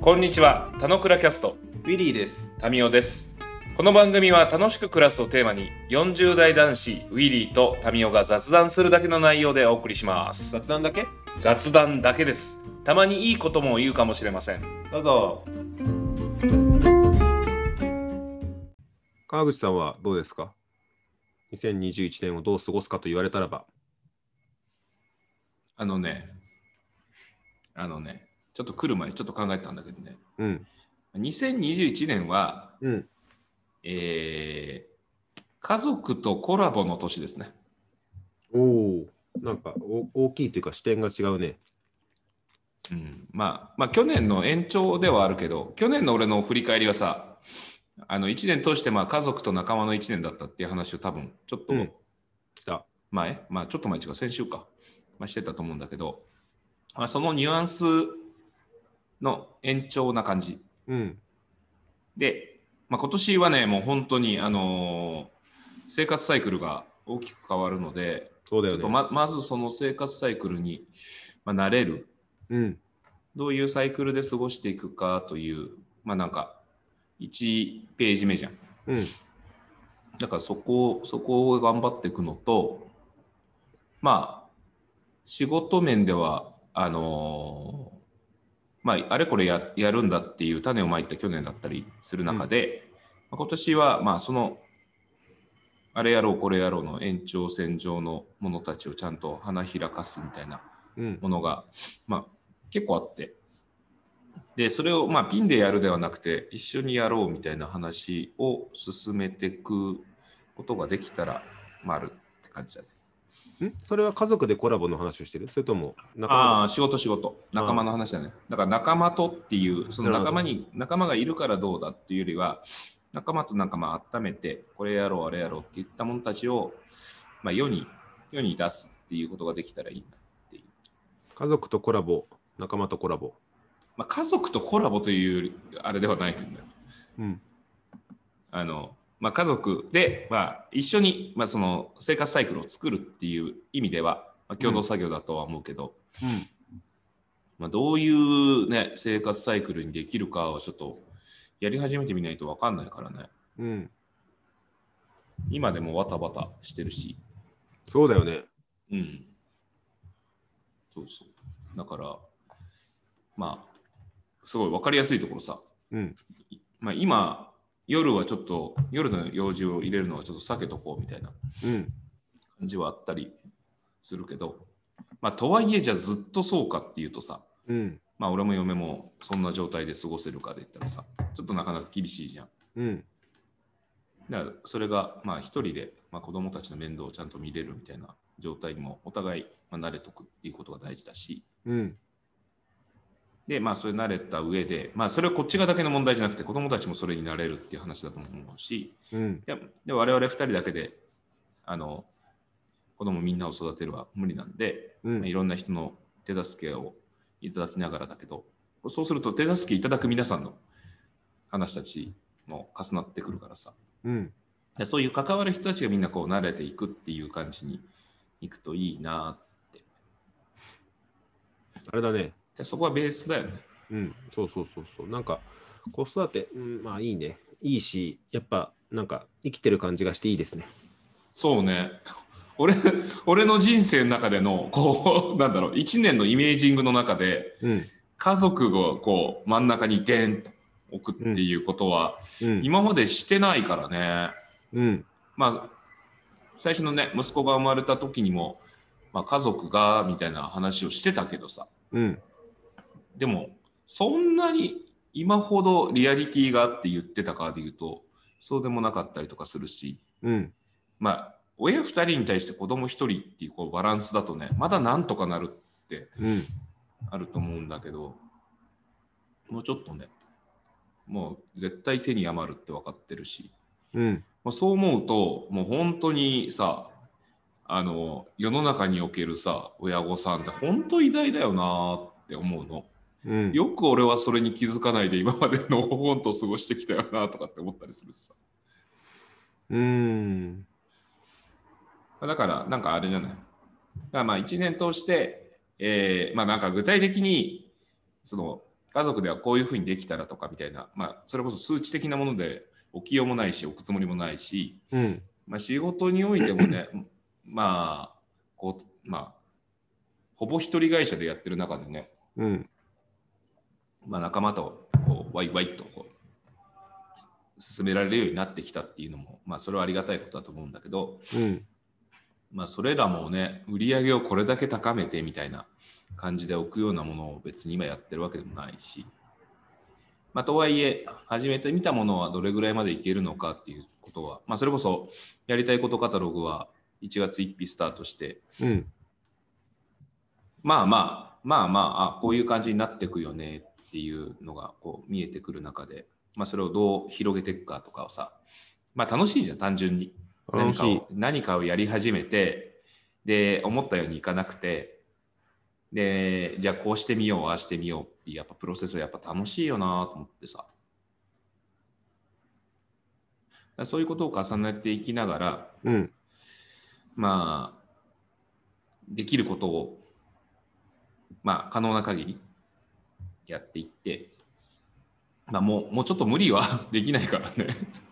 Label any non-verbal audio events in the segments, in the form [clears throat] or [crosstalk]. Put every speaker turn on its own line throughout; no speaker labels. こんにちは、田野倉キャスト、
ウィリーです。
タミオです。この番組は楽しく暮らすをテーマに、40代男子ウィリーとタミオが雑談するだけの内容でお送りします。
雑談だけ
雑談だけです。たまにいいことも言うかもしれません。
どうぞ。
川口さんはどうですか ?2021 年をどう過ごすかと言われたらば。
あのね、あのね、ちょっと来る前、ちょっと考えたんだけどね、
うん。
2021年は、
うん。
えー家族とコラボの年ですね。
おお。なんかお大きいというか視点が違うね。
うん、まあ、まあ、去年の延長ではあるけど、去年の俺の振り返りはさ、あの1年通してまあ家族と仲間の1年だったっていう話を多分ちょっと
うんした。
前、まあちょっと前違う、先週か、まあ、してたと思うんだけど、まあ、そのニュアンスの延長な感じ
うん。
で、まあ、今年はね、もう本当に、あのー生活サイクルが大きく変わるので、
そうだ
ちょ
よ
っと
ね。
ままずその生活サイクルに、まあ、慣れる、
うん。
どういうサイクルで過ごしていくかという、まあなんか、1ページ目じゃん。
うん。
だからそこを、そこを頑張っていくのと、まあ、仕事面では、あのーまあ、あれこれややるんだっていう種をまいた去年だったりする中で、まあ今年は、まあ、その、あれやろう、これやろうの延長線上のものたちをちゃんと花開かすみたいな
うん。
ものが、まあ、結構あってでそれを、まあ、ピンでやるではなくて一緒にやろうみたいな話を進めていくことができたら、まあ、あるって感じだね。
んそれは家族でコラボの話をしてるそれとも仲
あ
間
あ仕事仕事仲間の話だねだから仲間とっていうその仲間に仲間がいるからどうだっていうよりは仲間と仲間を温めてこれやろうあれやろうっていったものたちを、まあ、世に世に出すっていうことができたらいいなっていう
家族とコラボ、仲間とコラボ。
まあ、家族とコラボというあれではないけどね
うん。
あの、まあ、家族で、まあ、一緒に、まあ、その生活サイクルを作るっていう意味では、まあ、共同作業だとは思うけど、まあ、どういう、ね、生活サイクルにできるかはちょっとやり始めてみないと分かんないからね
うん。うん。
今でもわたわたしてるし、
そうだよね。
うん、そうそうだからまあすごい分かりやすいところさ
うん。
まあ、今、夜はちょっと、夜の用事を入れるのはちょっと避けとこうみたいな
うん。
感じはあったりするけど、まあ、とはいえ、じゃあずっとそうかっていうとさ、
うん。
まあ、俺も嫁もそんな状態で過ごせるかで言ったらさ、ちょっとなかなか厳しいじゃん。
うん。
だから、それが、まあ、一人で、まあ、子供たちの面倒をちゃんと見れるみたいな状態にも、お互い、まあ、慣れとくっていうことが大事だし、
うん。
で、まあ、それ慣れた上で、まあ、それはこっち側だけの問題じゃなくて、子供たちもそれになれるっていう話だと思うし、
うん。
でで我々2人だけであの子供みんなを育てるは無理なんで、
う
まあい
ん。
ろんな人の手助けをいただきながらだけどそうすると手助けいただく皆さんの話たちも重なってくるからさ
うん。
でそういう関わる人たちがみんなこう慣れていくっていう感じにいくといいな
あれだね。
でそこはベースだよね。
うん、そうそうそうそう。なんか子育て、うん、まあいいね。いいし、やっぱなんか生きてる感じがしていいですね。
そうね [laughs] 俺俺の人生の中でのこう [laughs] なんだろう1年のイメージングの中で
うん、
家族をこう真ん中にデンと置くっていうことは
うん、
今までしてないからね、
うん、
まあ最初のね息子が生まれた時にも、まあ、家族がみたいな話をしてたけどさ
うん、
でもそんなに今ほどリアリティがあって言ってたかで言うとそうでもなかったりとかするし
うん、
まあ親2人に対して子供1人っていうこうバランスだとねまだなんとかなる
うん、
あると思うんだけど、もうちょっとね、もう絶対手に余るって分かってるし、
うん、
まあ、そう思うと、もう本当にさ、あの世の中におけるさ親御さんって本当偉大だよなーって思うの
うん、
よく俺はそれに気づかないで今までのほほんと過ごしてきたよなとかって思ったりするしさ
うん、
だから、なんかあれじゃない。だからまあ1年通して、えーまあなんか具体的に、その家族ではこういうふうにできたらとかみたいな、まあ、それこそ数値的なもので置きようもないし、置くつもりもないし、
うん。
まあ、仕事においてもね、まあ、こう、まあ、ほぼ一人会社でやってる中でね、
うん。
まあ、仲間とこうワイワイとこう進められるようになってきたっていうのも、まあ、それはありがたいことだと思うんだけど、
うん。
まあ、それらもね売り上げをこれだけ高めてみたいな感じで置くようなものを別に今やってるわけでもないし、まあ、とはいえ始めてみたものはどれぐらいまでいけるのかっていうことは、まあ、それこそやりたいことカタログは1月1日スタートして
うん。
まあまあまあまああこういう感じになってくよねっていうのがこう見えてくる中で、まあ、それをどう広げていくかとかをさ、まあ、楽しいじゃん単純に
楽しい。
何かを何かをやり始めてで思ったようにいかなくてでじゃあこうしてみようああしてみようっていうやっぱプロセスはやっぱ楽しいよなと思ってさだからそういうことを重ねていきながら
うん。
まあ、できることを、まあ、可能な限りやっていって、まあ、もう、もうちょっと無理はできないからね。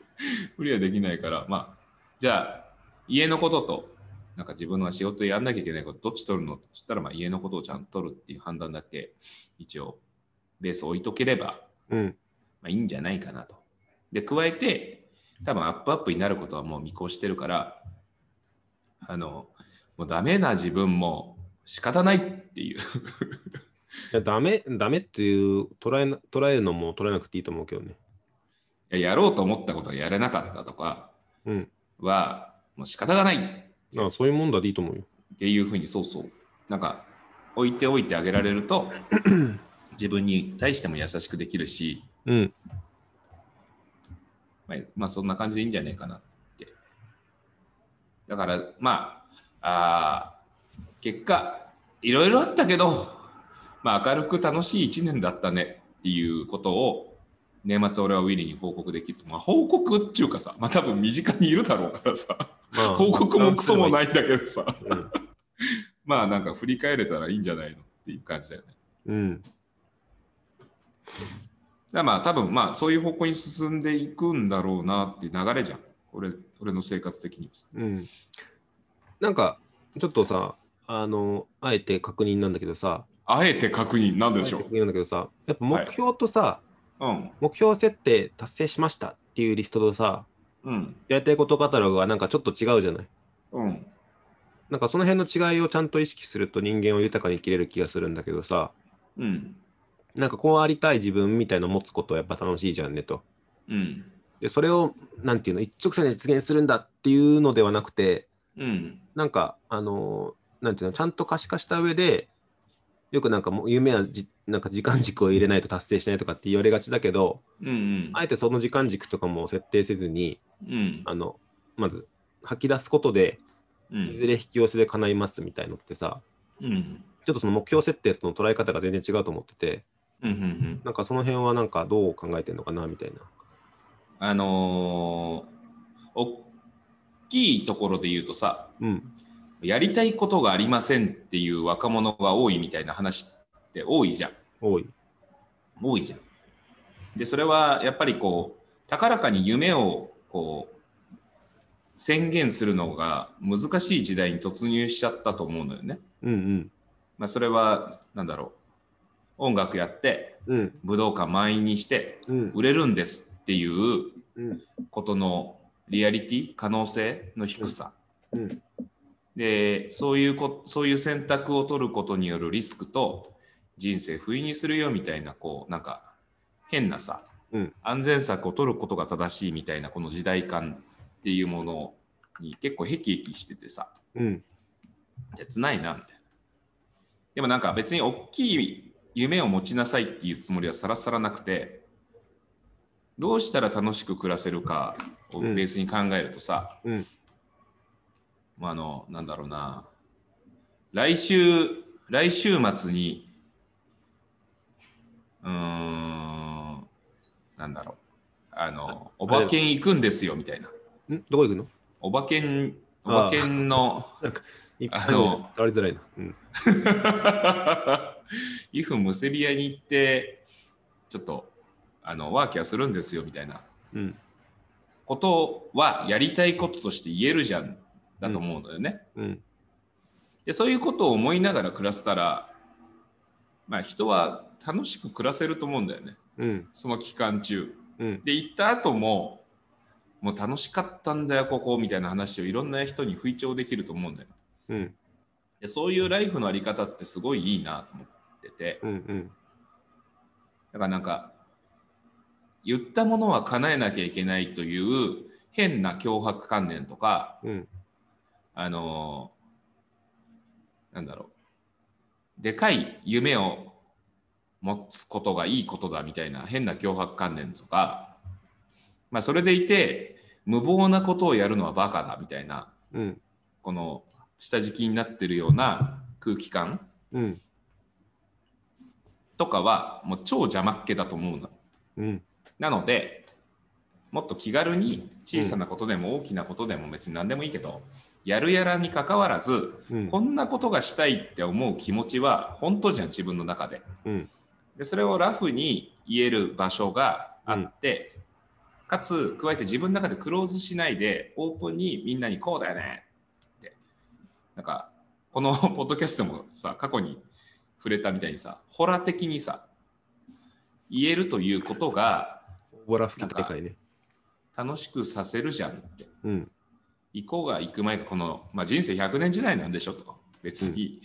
[laughs] 無理はできないから、まあ、じゃあ、家のことと、なんか自分の仕事やんなきゃいけないこと、どっち取るのって言ったら、まあ、家のことをちゃんと取るっていう判断だけ、一応、ベース置いとければ、
うん。
まあ、いいんじゃないかなと。で、加えて、多分アップアップになることはもう見越してるから、あの、もうダメな自分も仕方ないっていう。
いやダメ、ダメっていう、捉えな、捉えるのも捉えなくていいと思うけどね。
いややろうと思ったことがやれなかったとか
うん。
は、もう仕方がないっ
あそういうもんだでいいと思うよ。
ていうふうに、そうそう。なんか、置いておいてあげられると、自分に対しても優しくできるし、
うん。
まあ、まあそんな感じでいいんじゃないかなって。だから、まあ、あー結果、いろいろあったけど、まあ、明るく楽しい1年だったねっていうことを、年末俺はウィリーに報告できると。まあ、報告っていうかさ、まあ多分身近にいるだろうからさ、
まあ。
報告もクソもないいんだけどさ、
うん。
まあなんか振り返れたらいいんじゃないのっていう感じだよね。
うん。
だからまあ多分まあそういう方向に進んでいくんだろうなっていう流れじゃん。俺俺の生活的にはさ。
うん。なんか、ちょっとさ、あの、あえて確認なんだけどさ、
あえて確認なんでしょ
あえ
う
て。確認なんだけどさ、やっぱ目標とさ、
うん。
目標設定達成しましたっていうリストとさ、
うん。
やりたいことカタログはなんかちょっと違うじゃない。
うん。
なんかその辺の違いをちゃんと意識すると人間を豊かに生きれる気がするんだけどさ、
うん。
なんかこうありたい自分みたいの持つことはやっぱ楽しいじゃんねと。
うん。
で、それを、なんていうの、一直線で実現するんだっていうのではなくて、
うん。
なんか、あのーなんていうの、ちゃんと可視化した上で、よくなんかもう夢はじなんか時間軸を入れないと達成しないとかって言われがちだけど、
うん。うん
あえてその時間軸とかも設定せずに、
うん。
あの、まず吐き出すことで、
う
いず
ん。
れ引き寄せで叶いますみたいのってさ、
うん。
ちょっとその目標設定との捉え方が全然違うと思ってて、
うんうん。
なんかその辺はなんかどう考えてんのかなみたいな。
あのー、大きいところで言うとさ、
うん。
やりたいことがありませんっていう若者が多いみたいな話って多いじゃん。
多い。
多いじゃん。で、それはやっぱりこう、高らかに夢をこう、宣言するのが難しい時代に突入しちゃったと思うのよね。
うん
まあ、それは何だろう音楽やって
うん。うん。
武道館満員にして
うん。
売れるんですっていう
うん。
ことのリアリティ可能性の低さ、
うん。
でそういうこそういう選択を取ることによるリスクと人生不意にするよみたいなこうなんか変なさ、
うん
安全策を取ることが正しいみたいなこの時代感っていうものに結構ヘキヘキしててさ、
うん。
切ないなみたいな。でもなんか別に大きい夢を持ちなさいっていうつもりはさらさらなくて、どうしたら楽しく暮らせるかをベースに考えるとさ、
うんうん
まあ、あの、なんだろうな、来週、来週末に、うーん、なんだろう、あの、お馬券行くんですよみたいな。
んどこ行くの
お馬券、お馬券の、
一
あの
触りづらいな。うん。
[laughs] イフむせび屋に行ってちょっとあのワーキャーするんですよみたいな
うん。
ことはやりたいこととして言えるじゃんだと思うのよね。
うん。
でそういうことを思いながら暮らせたら、まあ、人は楽しく暮らせると思うんだよね
うん。
その期間中。
うん。
で行った後ももう楽しかったんだよここみたいな話をいろんな人に吹聴できると思うんだよ。
うん。
でそういうライフのあり方ってすごいいいなと思ってて
うん。うん。
だからなんか言ったものは叶えなきゃいけないという変な脅迫観念とか
うん。
あのーなんだろう、でかい夢を持つことがいいことだみたいな変な脅迫観念とか、まあ、それでいて、無謀なことをやるのはバカだみたいな、
うん。
この下敷きになってるような空気感
うん。
とかは、もう超邪魔っ気だと思うの。
うん。
なので、もっと気軽に小さなことでも大きなことでも別に何でもいいけど、やるやらにかかわらず、
うん。
こんなことがしたいって思う気持ちは本当じゃん自分の中で
うん。
でそれをラフに言える場所があって、かつ加えて自分の中でクローズしないでオープンにみんなにこうだよねってなんかこの [laughs] ポッドキャストもさ過去に触れたみたいにさホラー的にさ言えるということが
ボラ吹き大会ね。
楽しくさせるじゃんって
うん。
行こうが行く前がこの、まあ、人生100年時代なんでしょと別に、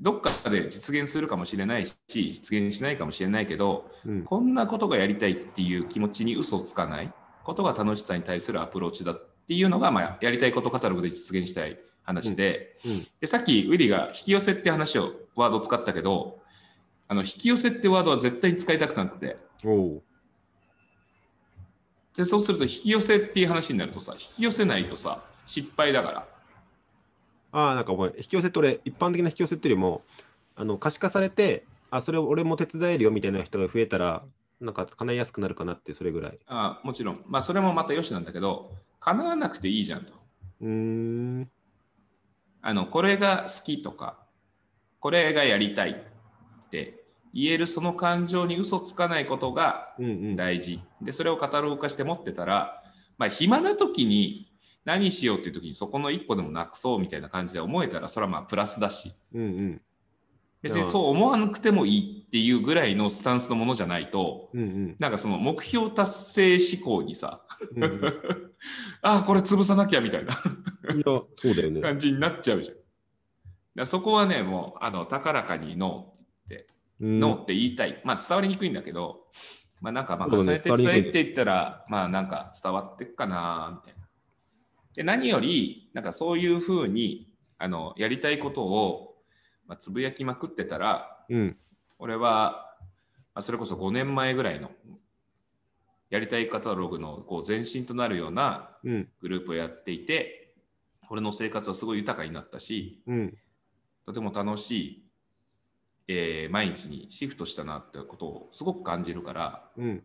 どっかで実現するかもしれないし実現しないかもしれないけど
うん。
こんなことがやりたいっていう気持ちに嘘をつかないことが楽しさに対するアプローチだっていうのが、まあ、やりたいことカタログで実現したい話で,、
うん。
でさっきウィリーが引き寄せって話をワードを使ったけどあの引き寄せってワードは絶対に使いたくなくて
おう。
でそうすると引き寄せっていう話になるとさ引き寄せないとさ失敗だから。
ああ、なんかお前、引き寄せって俺、一般的な引き寄せっていうよりも、あの、可視化されて、あ、それ俺も手伝えるよみたいな人が増えたら、なんか叶いやすくなるかなって、それぐらい。
あもちろん、まあ、それもまたよしなんだけど叶わなくていいじゃんと
うーん。
あのこれが好きとかこれがやりたいって言えるその感情に嘘つかないことが
うんうん。
大事でそれをカタログ化して持ってたら、まあ、暇な時に何しようっていう時にそこの1個でもなくそうみたいな感じで思えたらそれはまあプラスだし
うんうん。
別にそう思わなくてもいいっていうぐらいのスタンスのものじゃないと
うんうん。
なんかその目標達成思考にさ
うんうん、いや、
ああこれ潰さなきゃみたいな
そうだよね。
感じになっちゃうじゃん。だからそこはね、もう、あの、高らかにノ
う
ー、
ん
ノーって言いたい。まあ、伝わりにくいんだけど、まあ、なんか、まあ、
そう
重
だ
ね
ね
て伝
伝わり
え
にくい
ていったら、まあ、なんか伝わってっかな、みたいな。で、何より、なんかそういうふうに、あの、やりたいことを、まあ、つぶやきまくってたら、
うん。
俺は、まあ、それこそ5年前ぐらいの、やりたいカタログのこう前身となるような
うん。
グループをやっていて、俺の生活はすごい豊かになったし、
うん。
とても楽しい、えー毎日にシフトしたなってことをすごく感じるから
うん。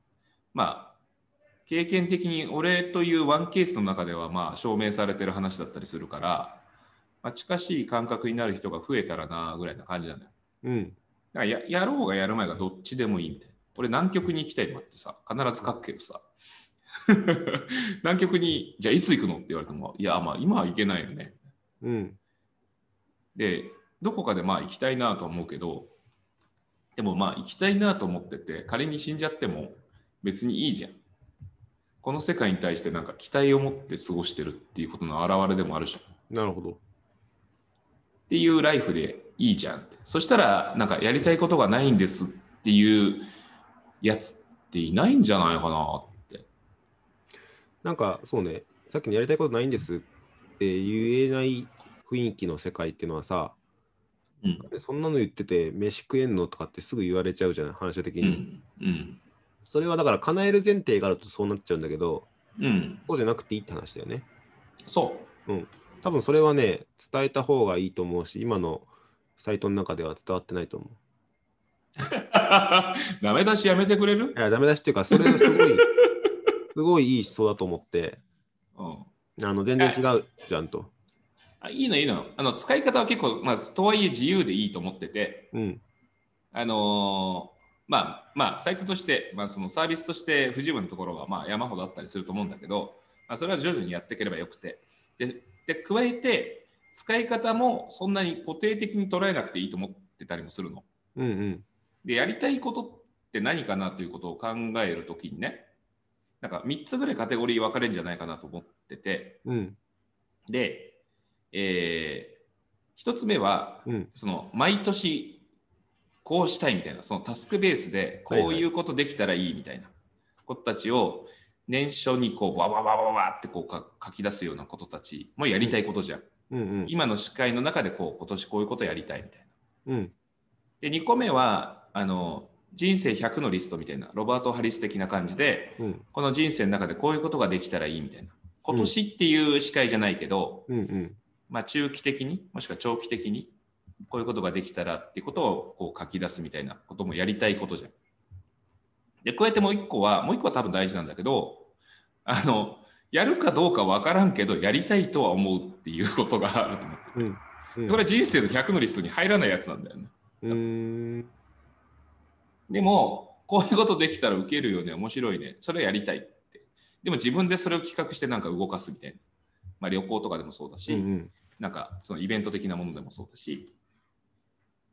まあ経験的に俺というワンケースの中ではまあ証明されてる話だったりするから、まあ、近しい感覚になる人が増えたらなぐらいな感じなんだよ。
うん。
だからややろうがやる前がどっちでもいいみたいな。俺南極に行きたいとかってさ必ず書くけどさ [laughs] 南極にじゃあいつ行くのって言われてもいやまあ今は行けないよね
うん。
でどこかでまあ行きたいなとは思うけどでもまあ行きたいなと思ってて仮に死んじゃっても別にいいじゃんこの世界に対してなんか期待を持って過ごしてるっていうことの表れでもあるじゃんっ
なるほど。
ていうライフでいいじゃんってそしたらなんかやりたいことがないんですっていうやつっていないんじゃないかなって
なんか、そうね、さっきのやりたいことないんですって言えない雰囲気の世界っていうのはさ、
うん
そんなの言ってて、飯食えんのとかってすぐ言われちゃうじゃない、反射的
う
に。
んうん
それはだから、叶える前提があるとそうなっちゃうんだけど、
うん
そうじゃなくていいって話だよね。
そ
多分それはね、伝えた方がいいと思うし、今のサイトの中では伝わってないと思う。
う [laughs] ダメ出しやめてくれる
いや、ダメ出しっていうか、それはすごい、
[laughs]
すごいいい思想だと思って、
うん
あの全然違うじゃんと。
あいいのいいのあの使い方は結構、まあ、とはいえ自由でいいと思ってて、
うん、
あのーまあまあサイトとして、まあ、そのサービスとして不十分なところがまあ山ほどあったりすると思うんだけど、まあ、それは徐々にやっていければよくてでで加えて使い方もそんなに固定的に捉えなくていいと思ってたりもするの。
うんうん。
でやりたいことって何かなということを考えるときにねなんか3つぐらいカテゴリー分かれるんじゃないかなと思ってて
うん
で、え1つ目は
うん。
その毎年こうしたいみたいなそのタスクベースで
はいはい
こういうことできたらいいみたいなことたちを年初にこうわわわわわってこうか書き出すようなことたちもやりたいことじゃん、
うんうん。
今の司会の中でこう今年こういうことやりたいみたいな
うん。
で2個目はあの人生100のリストみたいなロバート・ハリス的な感じで
うん。
この人生の中でこういうことができたらいいみたいな今年っていう司会じゃないけど、
うんうん。
まあ、中期的にもしくは長期的にこういうことができたらっていうことをこう書き出すみたいなこともやりたいことじゃん。でこうやってもう一個はもう一個は多分大事なんだけどあのやるかどうかわからんけどやりたいとは思うっていうことがあると思う。
うん。
これは人生の100のリストに入らないやつなんだよね。
うーん。
でも、こういうことできたら受けるよね、面白いね、それやりたいって。でも自分でそれを企画してなんか動かすみたいな。まあ、旅行とかでもそうだし、
うん
なんかそのイベント的なものでもそうだし、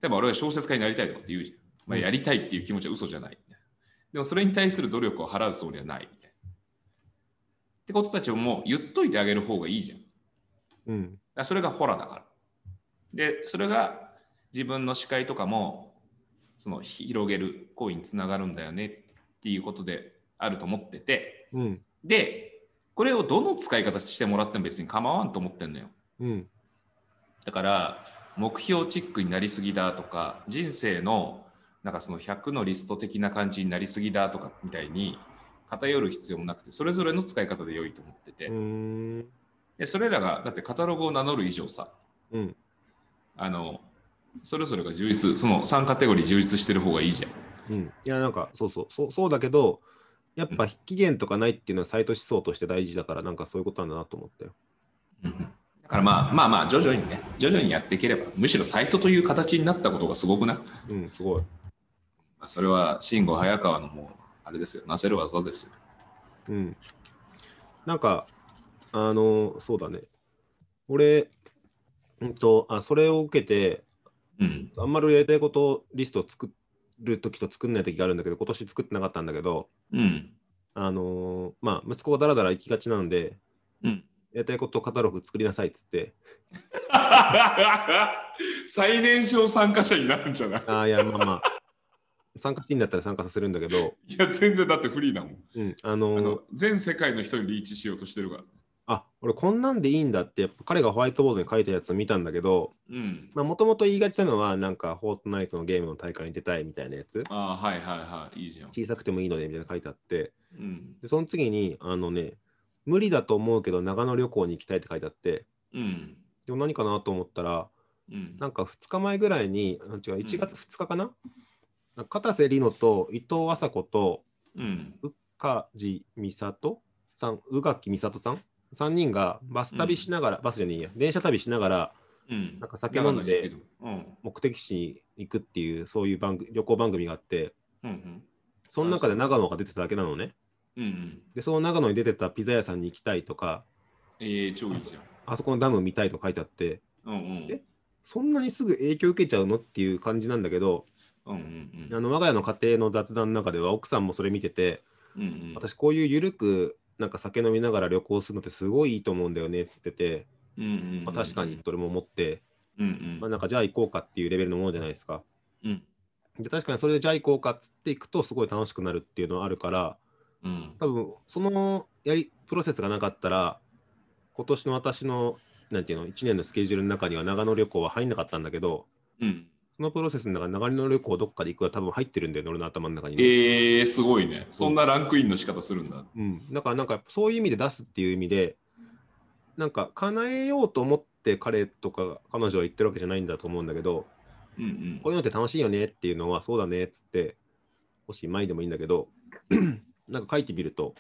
例えば俺は小説家になりたいとかって言うじゃん。まあ、やりたいっていう気持ちは嘘じゃない。でもそれに対する努力を払うつもりはないみたいな。ってことたちをもう言っといてあげる方がいいじゃん。だか
うん。うん。
らそれがホラーだから。で、それが自分の視界とかもその広げる行為につながるんだよねっていうことであると思ってて、
うん。
で、これをどの使い方してもらっても別に構わんと思ってんのよ。
うん。
だから目標チックになりすぎだとか人生のなんかその100のリスト的な感じになりすぎだとかみたいに偏る必要もなくてそれぞれの使い方で良いと思ってて、
うーん。
でそれらがだってカタログを名乗る以上さ
うん。
あのそれぞれが充実その3カテゴリー充実してる方がいいじゃん。
うん。いや、なんか、そうそう。そうそうだけど、やっぱ期限とかないっていうのはサイト思想として大事だから、なんかそういうことなんだなと思ったよ。
だからまあまあまあ徐々にね徐々にやっていければむしろサイトという形になったことがすごくない、ま
うん、すごい。
あ、それは慎吾早川のもうあれですよなせる技ですよ。
うん。なんか、あの、そうだね。俺、うんと、あ、それを受けて、
うん
あんまりやりたいことリストを作るときと作んないときがあるんだけど、今年作ってなかったんだけど、
うん
あのーまあ、息子がだらだら行きがちなので、
うん
やりたいことをカタログ作りなさいっつって、
[laughs] 最年少参加者になるんじゃない [laughs]
ああ、いや、まあ [laughs] まあ、参加していいんだったら参加させるんだけど、
いや、全然だってフリーだもん。
うん、あの
あ
ー
の全世界の人にリーチしようとしてるから。
あ、俺こんなんでいいんだって、やっぱ彼がホワイトボードに書いたやつを見たんだけど、
うん。
まあ、もともと言いがちなのは、なんか、フォートナイトのゲームの大会に出たいみたいなやつ、
ああ、はいはいはい。いいじゃん。
小さくてもいいのでみたいなの書いてあって、
うん。
でその次に、あのね、無理だと思うけど、長野旅行に行きたいって書いてあって、
うん。
でも何かなと思ったら、
うん。
なんか2日前ぐらいに、あ違う、1月2日かな、なんか片瀬里乃と伊藤麻子と
うん。
宇梶美里さん、宇垣美里さん、3人がバス旅しながら、バスじゃねえや、電車旅しながら、
うん。
なんか酒飲んで
うん。
目的地に行くっていう、そういう番組旅行番組があって、
うん。うん。
その中で長野が出てただけなのね。
うんうん。
で、その長野に出てたピザ屋さんに行きたいとか、
ええ超いいじゃん。
あそこのダム見たいと書いてあって、
うんうん。
えそんなにすぐ影響受けちゃうのっていう感じなんだけど、
うんう
あ
ん
の我が家の家庭の雑談の中では奥さんもそれ見てて、
うん。うん
私こういうゆるくなんか酒飲みながら旅行するのってすごいいいと思うんだよねっつってて、
うん。うんうん。
まあ、確かに。と俺も思って、
うんう
まあ、
ん。
なんかじゃあ行こうかっていうレベルのものじゃないですか。
うん。
で確かにそれでじゃあ行こうかっつって行くとすごい楽しくなるっていうのはあるから
うん。
多分そのやりプロセスがなかったら今年の私のなんていうの1年のスケジュールの中には長野旅行は入んなかったんだけど
うん。
そのプロセスの中に長野旅行どっかで行くは多分入ってるんだよね俺の頭の中にね、
ええすごいね。そんなランクインの仕方するんだ。
うん、だからなんかそういう意味で出すっていう意味でなんか叶えようと思って彼とか彼女は言ってるわけじゃないんだと思うんだけど
うんうん
こう。いうのって楽しいよねっていうのはそうだねっつってもし前でもいいんだけど [clears throat] なんか書いてみると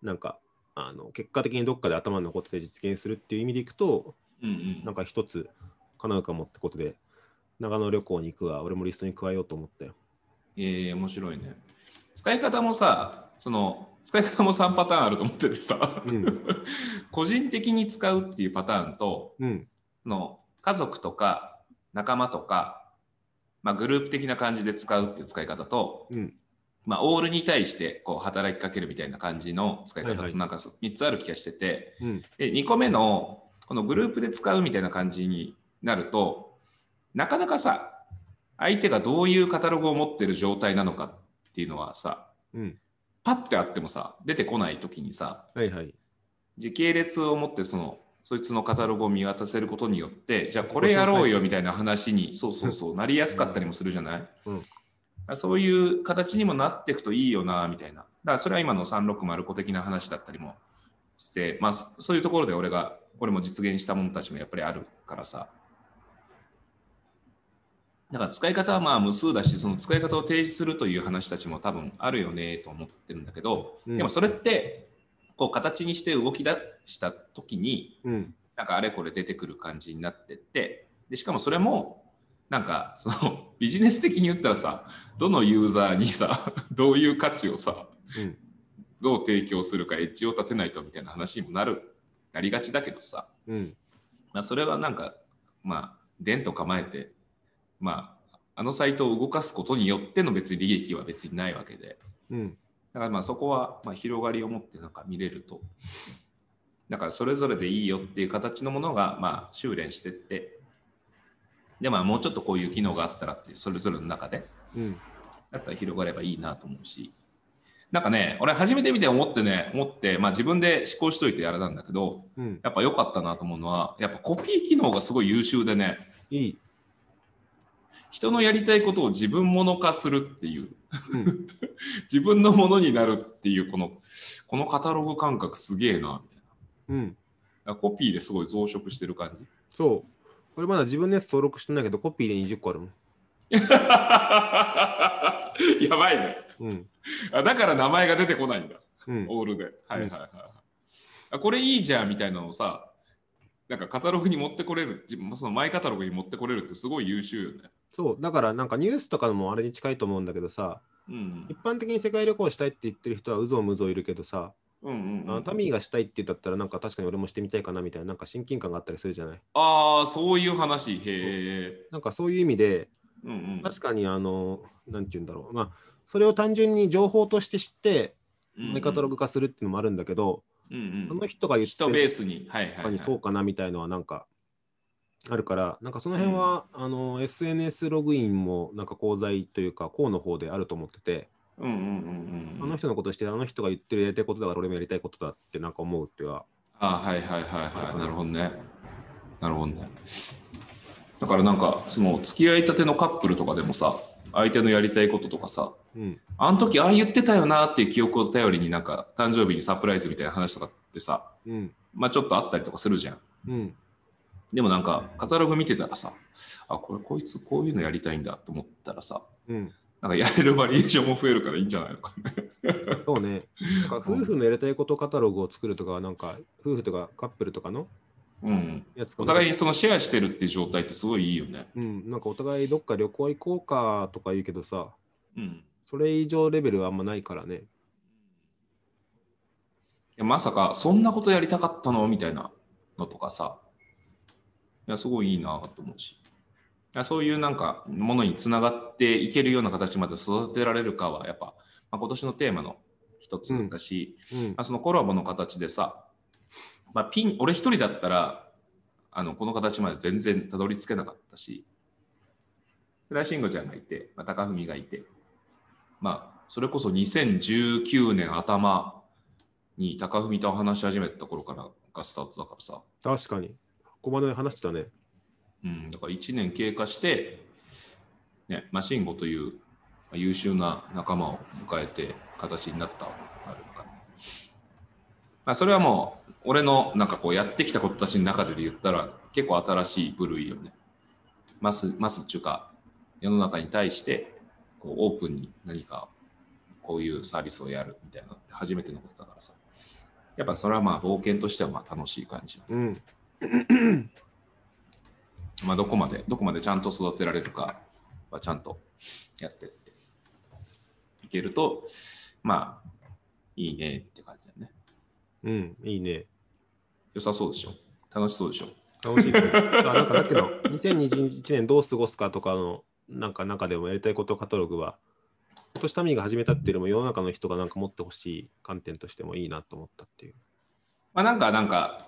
なんかあの結果的にどっかで頭に残ってて実現するっていう意味でいくと
うんうん。
なんか一つ叶うかもってことで長野旅行に行くは俺もリストに加えようと思ったよ。
えー、面白いね。使い方もさ、その、使い方も3パターンあると思っててさ、
うん。
[laughs] 個人的に使うっていうパターンと、
うん。
その家族とか仲間とか、まあ、グループ的な感じで使うっていう使い方と、
うん。
まあ、オールに対してこう働きかけるみたいな感じの使い方
はいはい
となんか3つある気がしてて、
うん。
で2個目のこのグループで使うみたいな感じになるとなかなかさ相手がどういうカタログを持ってる状態なのかっていうのはさ
うん。
パッてあってもさ出てこない時にさ
はいはい。
時系列を持ってそのそいつのカタログを見渡せることによってじゃあこれやろうよみたいな話にそうそうそうなりやすかったりもするじゃない、
うん
あそういう形にもなっていくといいよなみたいなだからそれは今の360個的な話だったりもして、まあ、そそういうところで俺が俺も実現したものたちもやっぱりあるからさだから使い方はまあ無数だしその使い方を提示するという話たちも多分あるよねと思ってるんだけど、
うん
でもそれってこう形にして動き出した時に
うん。
なんかあれこれ出てくる感じになってってでしかもそれもなんかそのビジネス的に言ったらさどのユーザーにさ [laughs] どういう価値をさ
うん。
どう提供するかエッジを立てないとみたいな話にもなるなりがちだけどさ
うん。
まあ、それはなんか、まあ、伝と構えて、まあ、あのサイトを動かすことによっての別に利益は別にないわけで、
うん。
だからまあそこはまあ広がりを持ってなんか見れると、だからそれぞれでいいよっていう形のものがまあ修練してって、でまあもうちょっとこういう機能があったらっていう、それぞれの中で、
うん。
だったら広がればいいなと思うし、なんかね、俺初めて見て思ってね、思って、まあ自分で試行しといてあれなんだけど、
うん。
やっぱ良かったなと思うのは、やっぱコピー機能がすごい優秀でね、
いい。
人のやりたいことを自分もの化するっていう、
う
[laughs] 自分のものになるっていう、この、このカタログ感覚すげえな、みたい
うん。
な。コピーですごい増殖してる感
[laughs]
じ。
そう。俺まだ自分のやつ登録してないけど、コピーで20個あるもん。
やばいね。
うん。
あだから名前が出てこないんだ、
うん。
オールで。はいはいはいはい。あこれいいじゃんみたいなのをさ、なんかカタログに持ってこれる、自分そのマイカタログに持ってこれるってすごい優秀よね。
そう。だからなんかニュースとかもあれに近いと思うんだけどさ、
うん
一般的に世界旅行したいって言ってる人はうぞうむぞいるけどさ、
うん。うんうん
あ
う
の
ん、
タミーがしたいって言ったったら、なんか確かに俺もしてみたいかなみたいな、なんか親近感があったりするじゃない。
ああ、そういう話。へえ。
なんかそういう意味で、
うんうん。
確かにあの、なんて言うんだろう。まあ、それを単純に情報として知って、
うんうん
カタログ。化するっていうのもあるんだけど、
うん
あ
うん
の。人が言っ
人
て
ベー
る
スに。はいはい、
と
は
か
い。
にそうかなみたいのはなんかあるから、なんかその辺は、あの SNS ログインもなんか功罪というか、功の方であると思ってて、
うんうんうん
あ
うん。
の人のことしてる、あの人が言ってるやりたいことだから俺もやりたいことだってなんか思うっていうのは、
ああ、はいはいはいはい。なるほどね。なるほどね。だからなんか、その付き合いたてのカップルとかでもさ、相手のやりたいこととかさ、
うん、
あの時ああ言ってたよなっていう記憶を頼りになんか誕生日にサプライズみたいな話とかってさ、
うん、
まあちょっとあったりとかするじゃん。
うん、
でもなんかカタログ見てたらさ、あ、これこいつこういうのやりたいんだと思ったらさ、
うん、
なんかやれるバリエーションも増えるからいいんじゃないのかね。
そうね、なん
[laughs]
か夫婦のやりたいことカタログを作るとかは、なんか夫婦とかカップルとかの
うん。
やつ
お互い
い
にそのシェアしてるっていう状態ってすごいいいよね。
うん、なんかお互いどっか旅行行こうかとか言うけどさ、
うん。
それ以上レベルはあんまないからね。
いやまさか、そんなことやりたかったのみたいなのとかさ、いや、すごいいいなと思うし、いやそういうなんか、ものにつながっていけるような形まで育てられるかは、やっぱ、まあ、今年のテーマの一つだし、
うん
まあ、そのコラボの形でさ、まあ、ピン、俺一人だったら、あの、この形まで全然たどり着けなかったし、ライシンゴちゃんがいて、まあ、高文がいて、まあ、それこそ2019年頭に高文と話し始めた頃からがスタートだからさ、
確かに。ここまで話してたね。
うん、だから1年経過して、ね、マシンゴというまあ優秀な仲間を迎えて形になったあるのか、まあ、それはもう俺のなんかこうやってきたことたちの中で言ったら結構新しい部類よねマスマスっていうか世の中に対してこうオープンに何かこういうサービスをやるみたいなのって初めてのことだからさやっぱそれはまあ冒険としてはまあ楽しい感じ
うん。
まあ、どこまで、どこまでちゃんと育てられるかはちゃんとやってって。いけると、まあ、いいねって感じだね。
うん、いいね。
良さそうでしょ。楽しそうでしょ。
楽しいです [laughs] ね。あなんかだけど、2021年どう過ごすかとかの、なんか中でもやりたいことカタログは、今年タミーが始めたっていうよりも、世の中の人がなんか持ってほしい観点としてもいいなと思ったっていう。
まあ、なんか、なんか、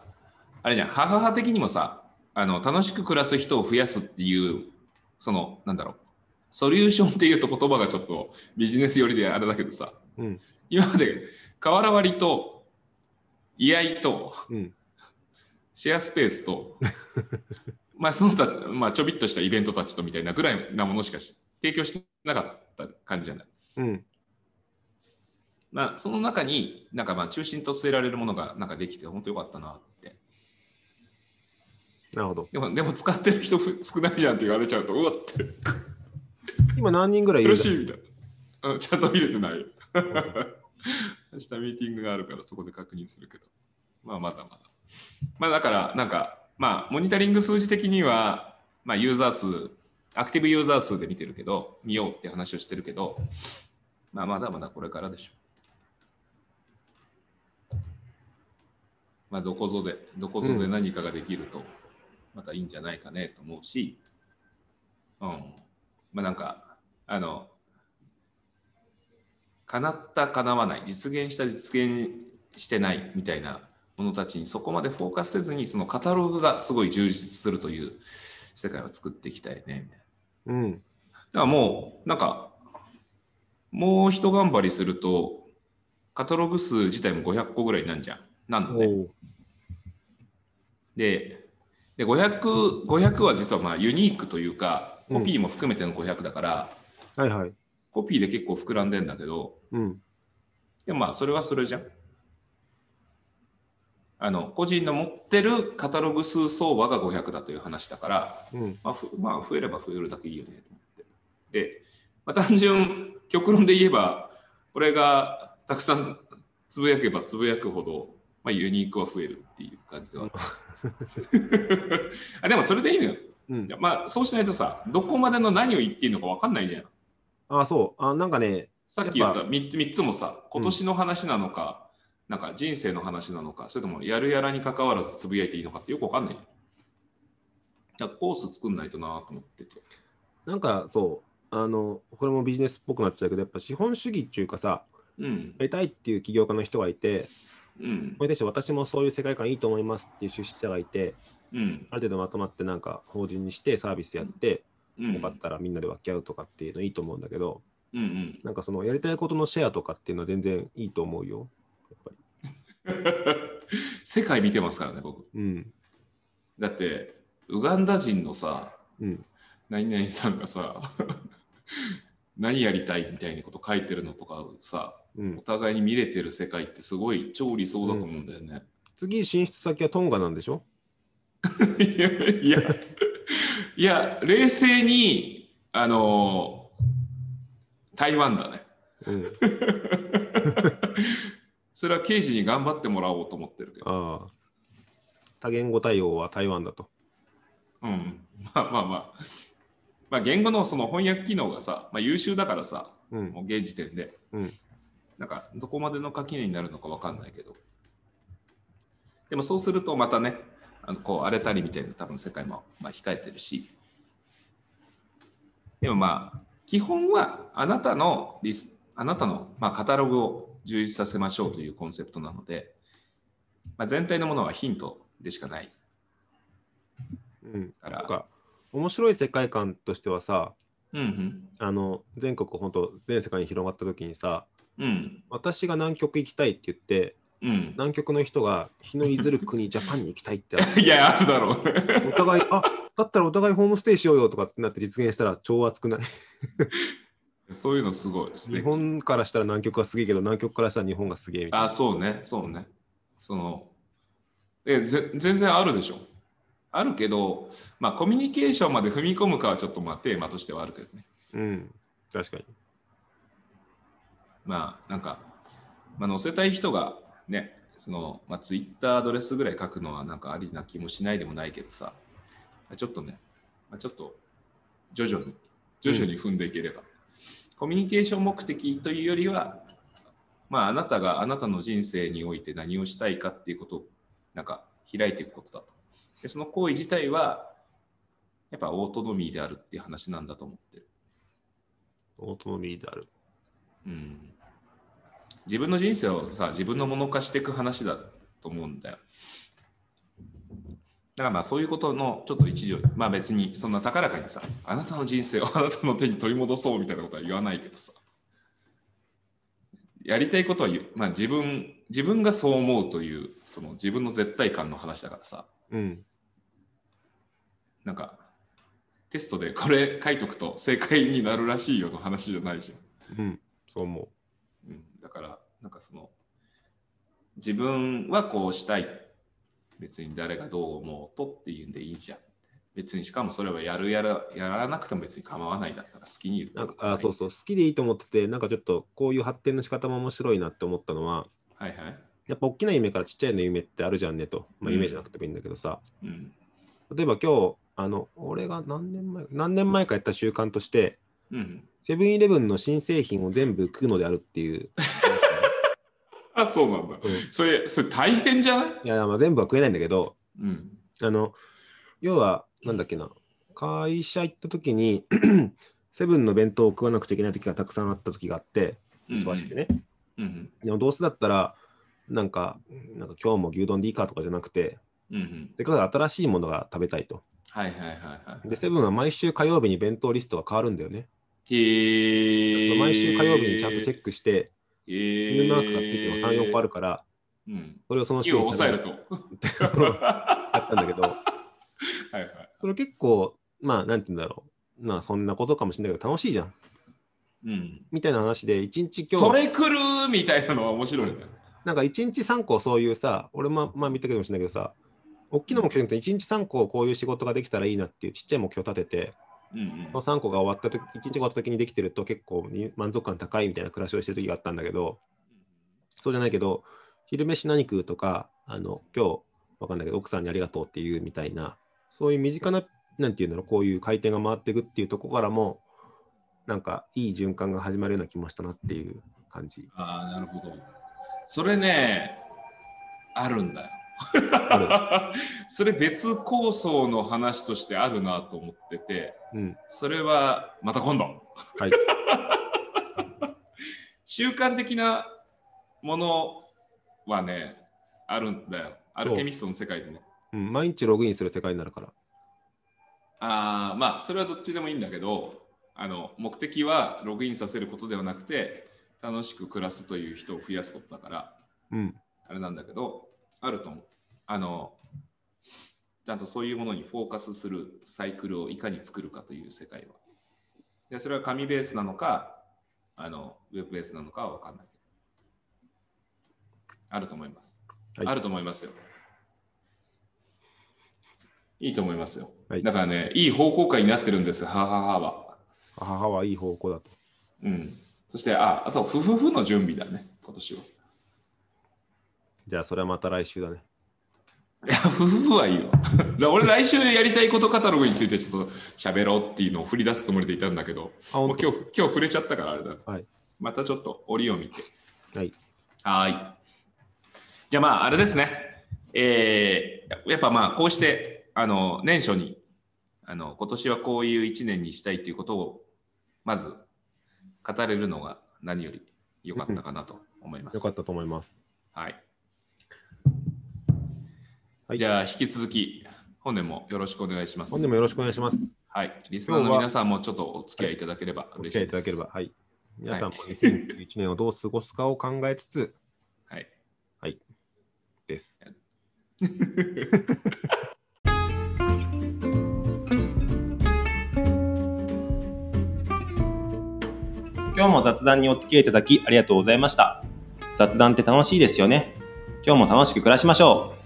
あれじゃん、母々的にもさ、あの楽しく暮らす人を増やすっていう、その、なんだろう、ソリューションっていうと言葉がちょっとビジネス寄りであれだけどさ、
うん、
今まで瓦割りと、居合と、
うん、
シェアスペースと、まあその他、まあ、ちょびっとしたイベントたちとみたいなぐらいなものしかし提供してなかった感じじゃない。
うん、
まあ、その中に、なんかまあ中心と据えられるものがなんかできて、本当よかったなって。
なるほど。
でも、でも使ってる人ふ少ないじゃんって言われちゃうと、うわって、
今何人ぐらいいる
苦
んだ
しいみたいな。うんちゃんと見れてない。 [laughs] 明日ミーティングがあるからそこで確認するけど。まあまだまだ。まあだからなんか、まあモニタリング数字的には、まあユーザー数、アクティブユーザー数で見てるけど、見ようって話をしてるけど、まあまだまだこれからでしょ。まあどこぞで、どこぞで何かができると、またいいんじゃないかねと思うし、うん。まあなんか、あの、叶った叶わない実現した実現してないみたいなものたちにそこまでフォーカスせずにそのカタログがすごい充実するという世界を作っていきたいねみたいな
うん、
だからもうなんかもう一頑張りするとカタログ数自体も500個ぐらいになんじゃんなんの
お
ね
う
でで 500, 500は実はまあユニークというかコピーも含めての500だから、
はいはい。
コピーで結構膨らんでんだけど
うん、
でもまあそれはそれじゃん。あの個人の持ってるカタログ数相場が500だという話だから、
うん、
まあふまあ、増えれば増えるだけいいよねと思って。で、まあ、単純、極論で言えば、これがたくさんつぶやけばつぶやくほど、まあ、ユニークは増えるっていう感じではある [laughs] あでもそれでいいのよ。
うん
い。やまあ、そうしないとさ、どこまでの何を言っていいのか分かんないじゃん。
あ、そう。あ、なんかね、
さっき言った 3, 三つもさ、今年の話なのか、なんか人生の話なのか、それともやるやらに関わらずつぶやいていいのかってよくわかんない。だからコース作んないとなと思ってて。
なんかそう、あの、これもビジネスっぽくなっちゃうけど、やっぱ資本主義っていうかさ、
うん
や。りたいっていう起業家の人がいて、
うん
こ。れに対して私もそういう世界観いいと思いますっていう出資者がいて、
うん。
ある程度まとまってなんか法人にしてサービスやって、
うん。
よかったらみんなで分け合うとかっていうのいいと思うんだけど、
うんうん。 [laughs]
なんかそのやりたいことのシェアとかっていうのは全然いいと思うよ。
世界見てますからね、僕。
うん。
だって、ウガンダ人のさ、
うん。
何々さんがさ、 [laughs] 何やりたいみたいなこと書いてるのとかさ、
うん
お、互いに見れてる世界ってすごい超理想だと思うんだよね。 [laughs]
次、進出先はトンガなんでしょ
いやいや、いや、冷静に、あのー台湾だね。
うん。
それは刑事に頑張ってもらおうと思ってるけど。
ああ。多言語対応は台湾だと。
うん。 [laughs] まあまあまあ。まあ、言語のその翻訳機能がさ、まあ、優秀だからさ、
うん。
もう現時点で。
うん
なんか、どこまでの垣根になるのかわかんないけど。でもそうするとまたね、あのこう荒れたりみたいな多分世界も、まあ、控えてるし。でもまあ、基本はあなたのリス、あなたの、まあ、カタログを充実させましょうというコンセプトなので、まあ、全体のものはヒントでしかない
うん。
か
なん
ら。
か、面白い世界観としてはさ、
うん
あの、全国、本当全世界に広がった時にさ、
うん。うん。
私が南極行きたいって言って、
うん。
南極の人が日の出ずる国ジャパンに行きたいってあ
[laughs]
る
いや、あるだろう [laughs] ね。
お互いあだったらお互いホームステイしようよとかってなって実現したら超熱くない
そういうのすごい。素敵
日本からしたら南極はすげえけど南極からしたら日本がすげえみたいな
あ、そうね、そうね。その、え、ぜ全然あるでしょ。あるけど、まあ、コミュニケーションまで踏み込むかはちょっとまあテーマとしてはあるけどね。
うん確かに
まあ、なんか、まあ、載せたい人がね、その、まあ、ツイッターアドレスぐらい書くのはなんかありな気もしないでもないけどさ、ちょっとね、まあ、ちょっと徐々に、徐々に踏んでいければ、コミュニケーション目的というよりは、まあ、あなたがあなたの人生において何をしたいかっていうことをなんか開いていくことだと。でその行為自体はやっぱオートノミーであるっていう話なんだと思ってる。
オートモビーである。
うん、自分の人生をさ自分のもの化していく話だと思うんだよ。だからまあそういうことのちょっと一助まあ別にそんな高らかにさあなたの人生をあなたの手に取り戻そうみたいなことは言わないけどさやりたいことは言う、まあ、自分自分がそう思うというその自分の絶対感の話だからさ
うん。
なんかテストでこれ書いとくと正解になるらしいよの話じゃないじゃん。
うん。そう思
う
う。
ん、だからなんかその自分はこうしたい別に誰がどう思うとっていうんでいいじゃん別にしかもそれはやるやらやらなくても別に構わないだったら好きに言って
なんかあそうそう、好きでいいと思ってて、なんかちょっとこういう発展の仕方も面白いなって思ったのは、
はいはい
やっぱ大きな夢からちっちゃいの夢ってあるじゃんねと、
う
まあ、
ん
夢じゃなくてもいいんだけどさ、
うん
例えば今日、あの、俺が何年前、何年前かやった習慣として、
うん
セブンイレブンの新製品を全部食うのであるって
[laughs]
いう。
あそうなんだ
うん
それそれ大変じゃない
いや、まあ、全部は食えないんだけど、
うん
あの、要は、なんだっけな、会社行った時に、 [clears throat] セブンの弁当を食わなくちゃいけない時がたくさんあった時があって、忙しくてね。
うん
でもどうせだったら、なんか、なんか今日も牛丼でいいかとかじゃなくて、
うんうんうん
せっかく新しいものが食べたいと。
はいはいはいは
で、セブンは毎週火曜日に弁当リストが変わるんだよね。
いへえ
毎週火曜日にちゃんとチェックして、
へえ
昼のマークがついてるの3、4個あるから、
うん
それをその週
火を抑える
と
と
やったんだけど、
はいはい
それ結構、まあ、なんて言うんだろう。まあ、そんなことかもしれないけど、楽しいじゃん。
うん
みたいな話で、一日今日、
それ来るーみたいなのは面白いね。
なんか一日3個そういうさ、俺もまあ見たけどもしれないけどさ、大きな目標って一日3個こういう仕事ができたらいいなっていうちっちゃい目標立てて、
うんうん
その3個が終わった時、1日終わった時にできてると結構に満足感高いみたいな暮らしをしてる時があったんだけど、そうじゃないけど、昼飯何食うとか、あの、今日わかんないけど、奥さんにありがとうっていうみたいな、そういう身近な、なんていうんだろう、こういう回転が回っていくっていうところからも、なんかいい循環が始まるような気もしたなっていう感じ。
ああ、なるほど。それね、あるんだよ。 [laughs] それ別構想の話としてあるなと思ってて、
うん。
それはまた今度。
はい。
[laughs] 習慣的なものはね、あるんだよ。アルケミストの世界でね。
うん、毎日ログインする世界になるから。
ああまあそれはどっちでもいいんだけどあの目的はログインさせることではなくて楽しく暮らすという人を増やすことだから
うん。
あれなんだけどあると思うあのちゃんとそういうものにフォーカスするサイクルをいかに作るかという世界はでそれは紙ベースなのかあのウェブベースなのかは分かんないけどあると思います、
はい
あると思いますよいいと思いますよ、
はい
だからねいい方向感になってるんですはははは
母はいい方向だと。
うんそしてああとふふふの準備だね今年は
じゃあ、それはまた来週だね。
いや、夫婦はいいよ。だ [laughs] から俺、来週やりたいことカタログについてちょっと喋ろうっていうのを振り出すつもりでいたんだけど、
あ、
もう
本
今
当
日、今日触れちゃったからあれだ。
はい。
またちょっと折を見て。
はい。
はーい。じゃあまあ、あれですね。えーやっぱまあ、こうして、あの、年初に、あの、今年はこういう一年にしたいということを、まず、語れるのが何より良かったかなと思
[laughs]
います。
よかったと思います。
はい。
はい
じゃあ、引き続き、本年もよろしくお願いします。
本年もよろしくお願いします。
はい。リスナーの皆さんもちょっとお付き合いいただければ
お
嬉
付
しい
き合
で
い
す。
いただければ。はい。皆さんも
はい
2021年をどう過ごすかを考えつつ
はい。
です。 [laughs]
今日も雑談にお付き合いいただきありがとうございました。雑談って楽しいですよね。今日も楽しく暮らしましょう。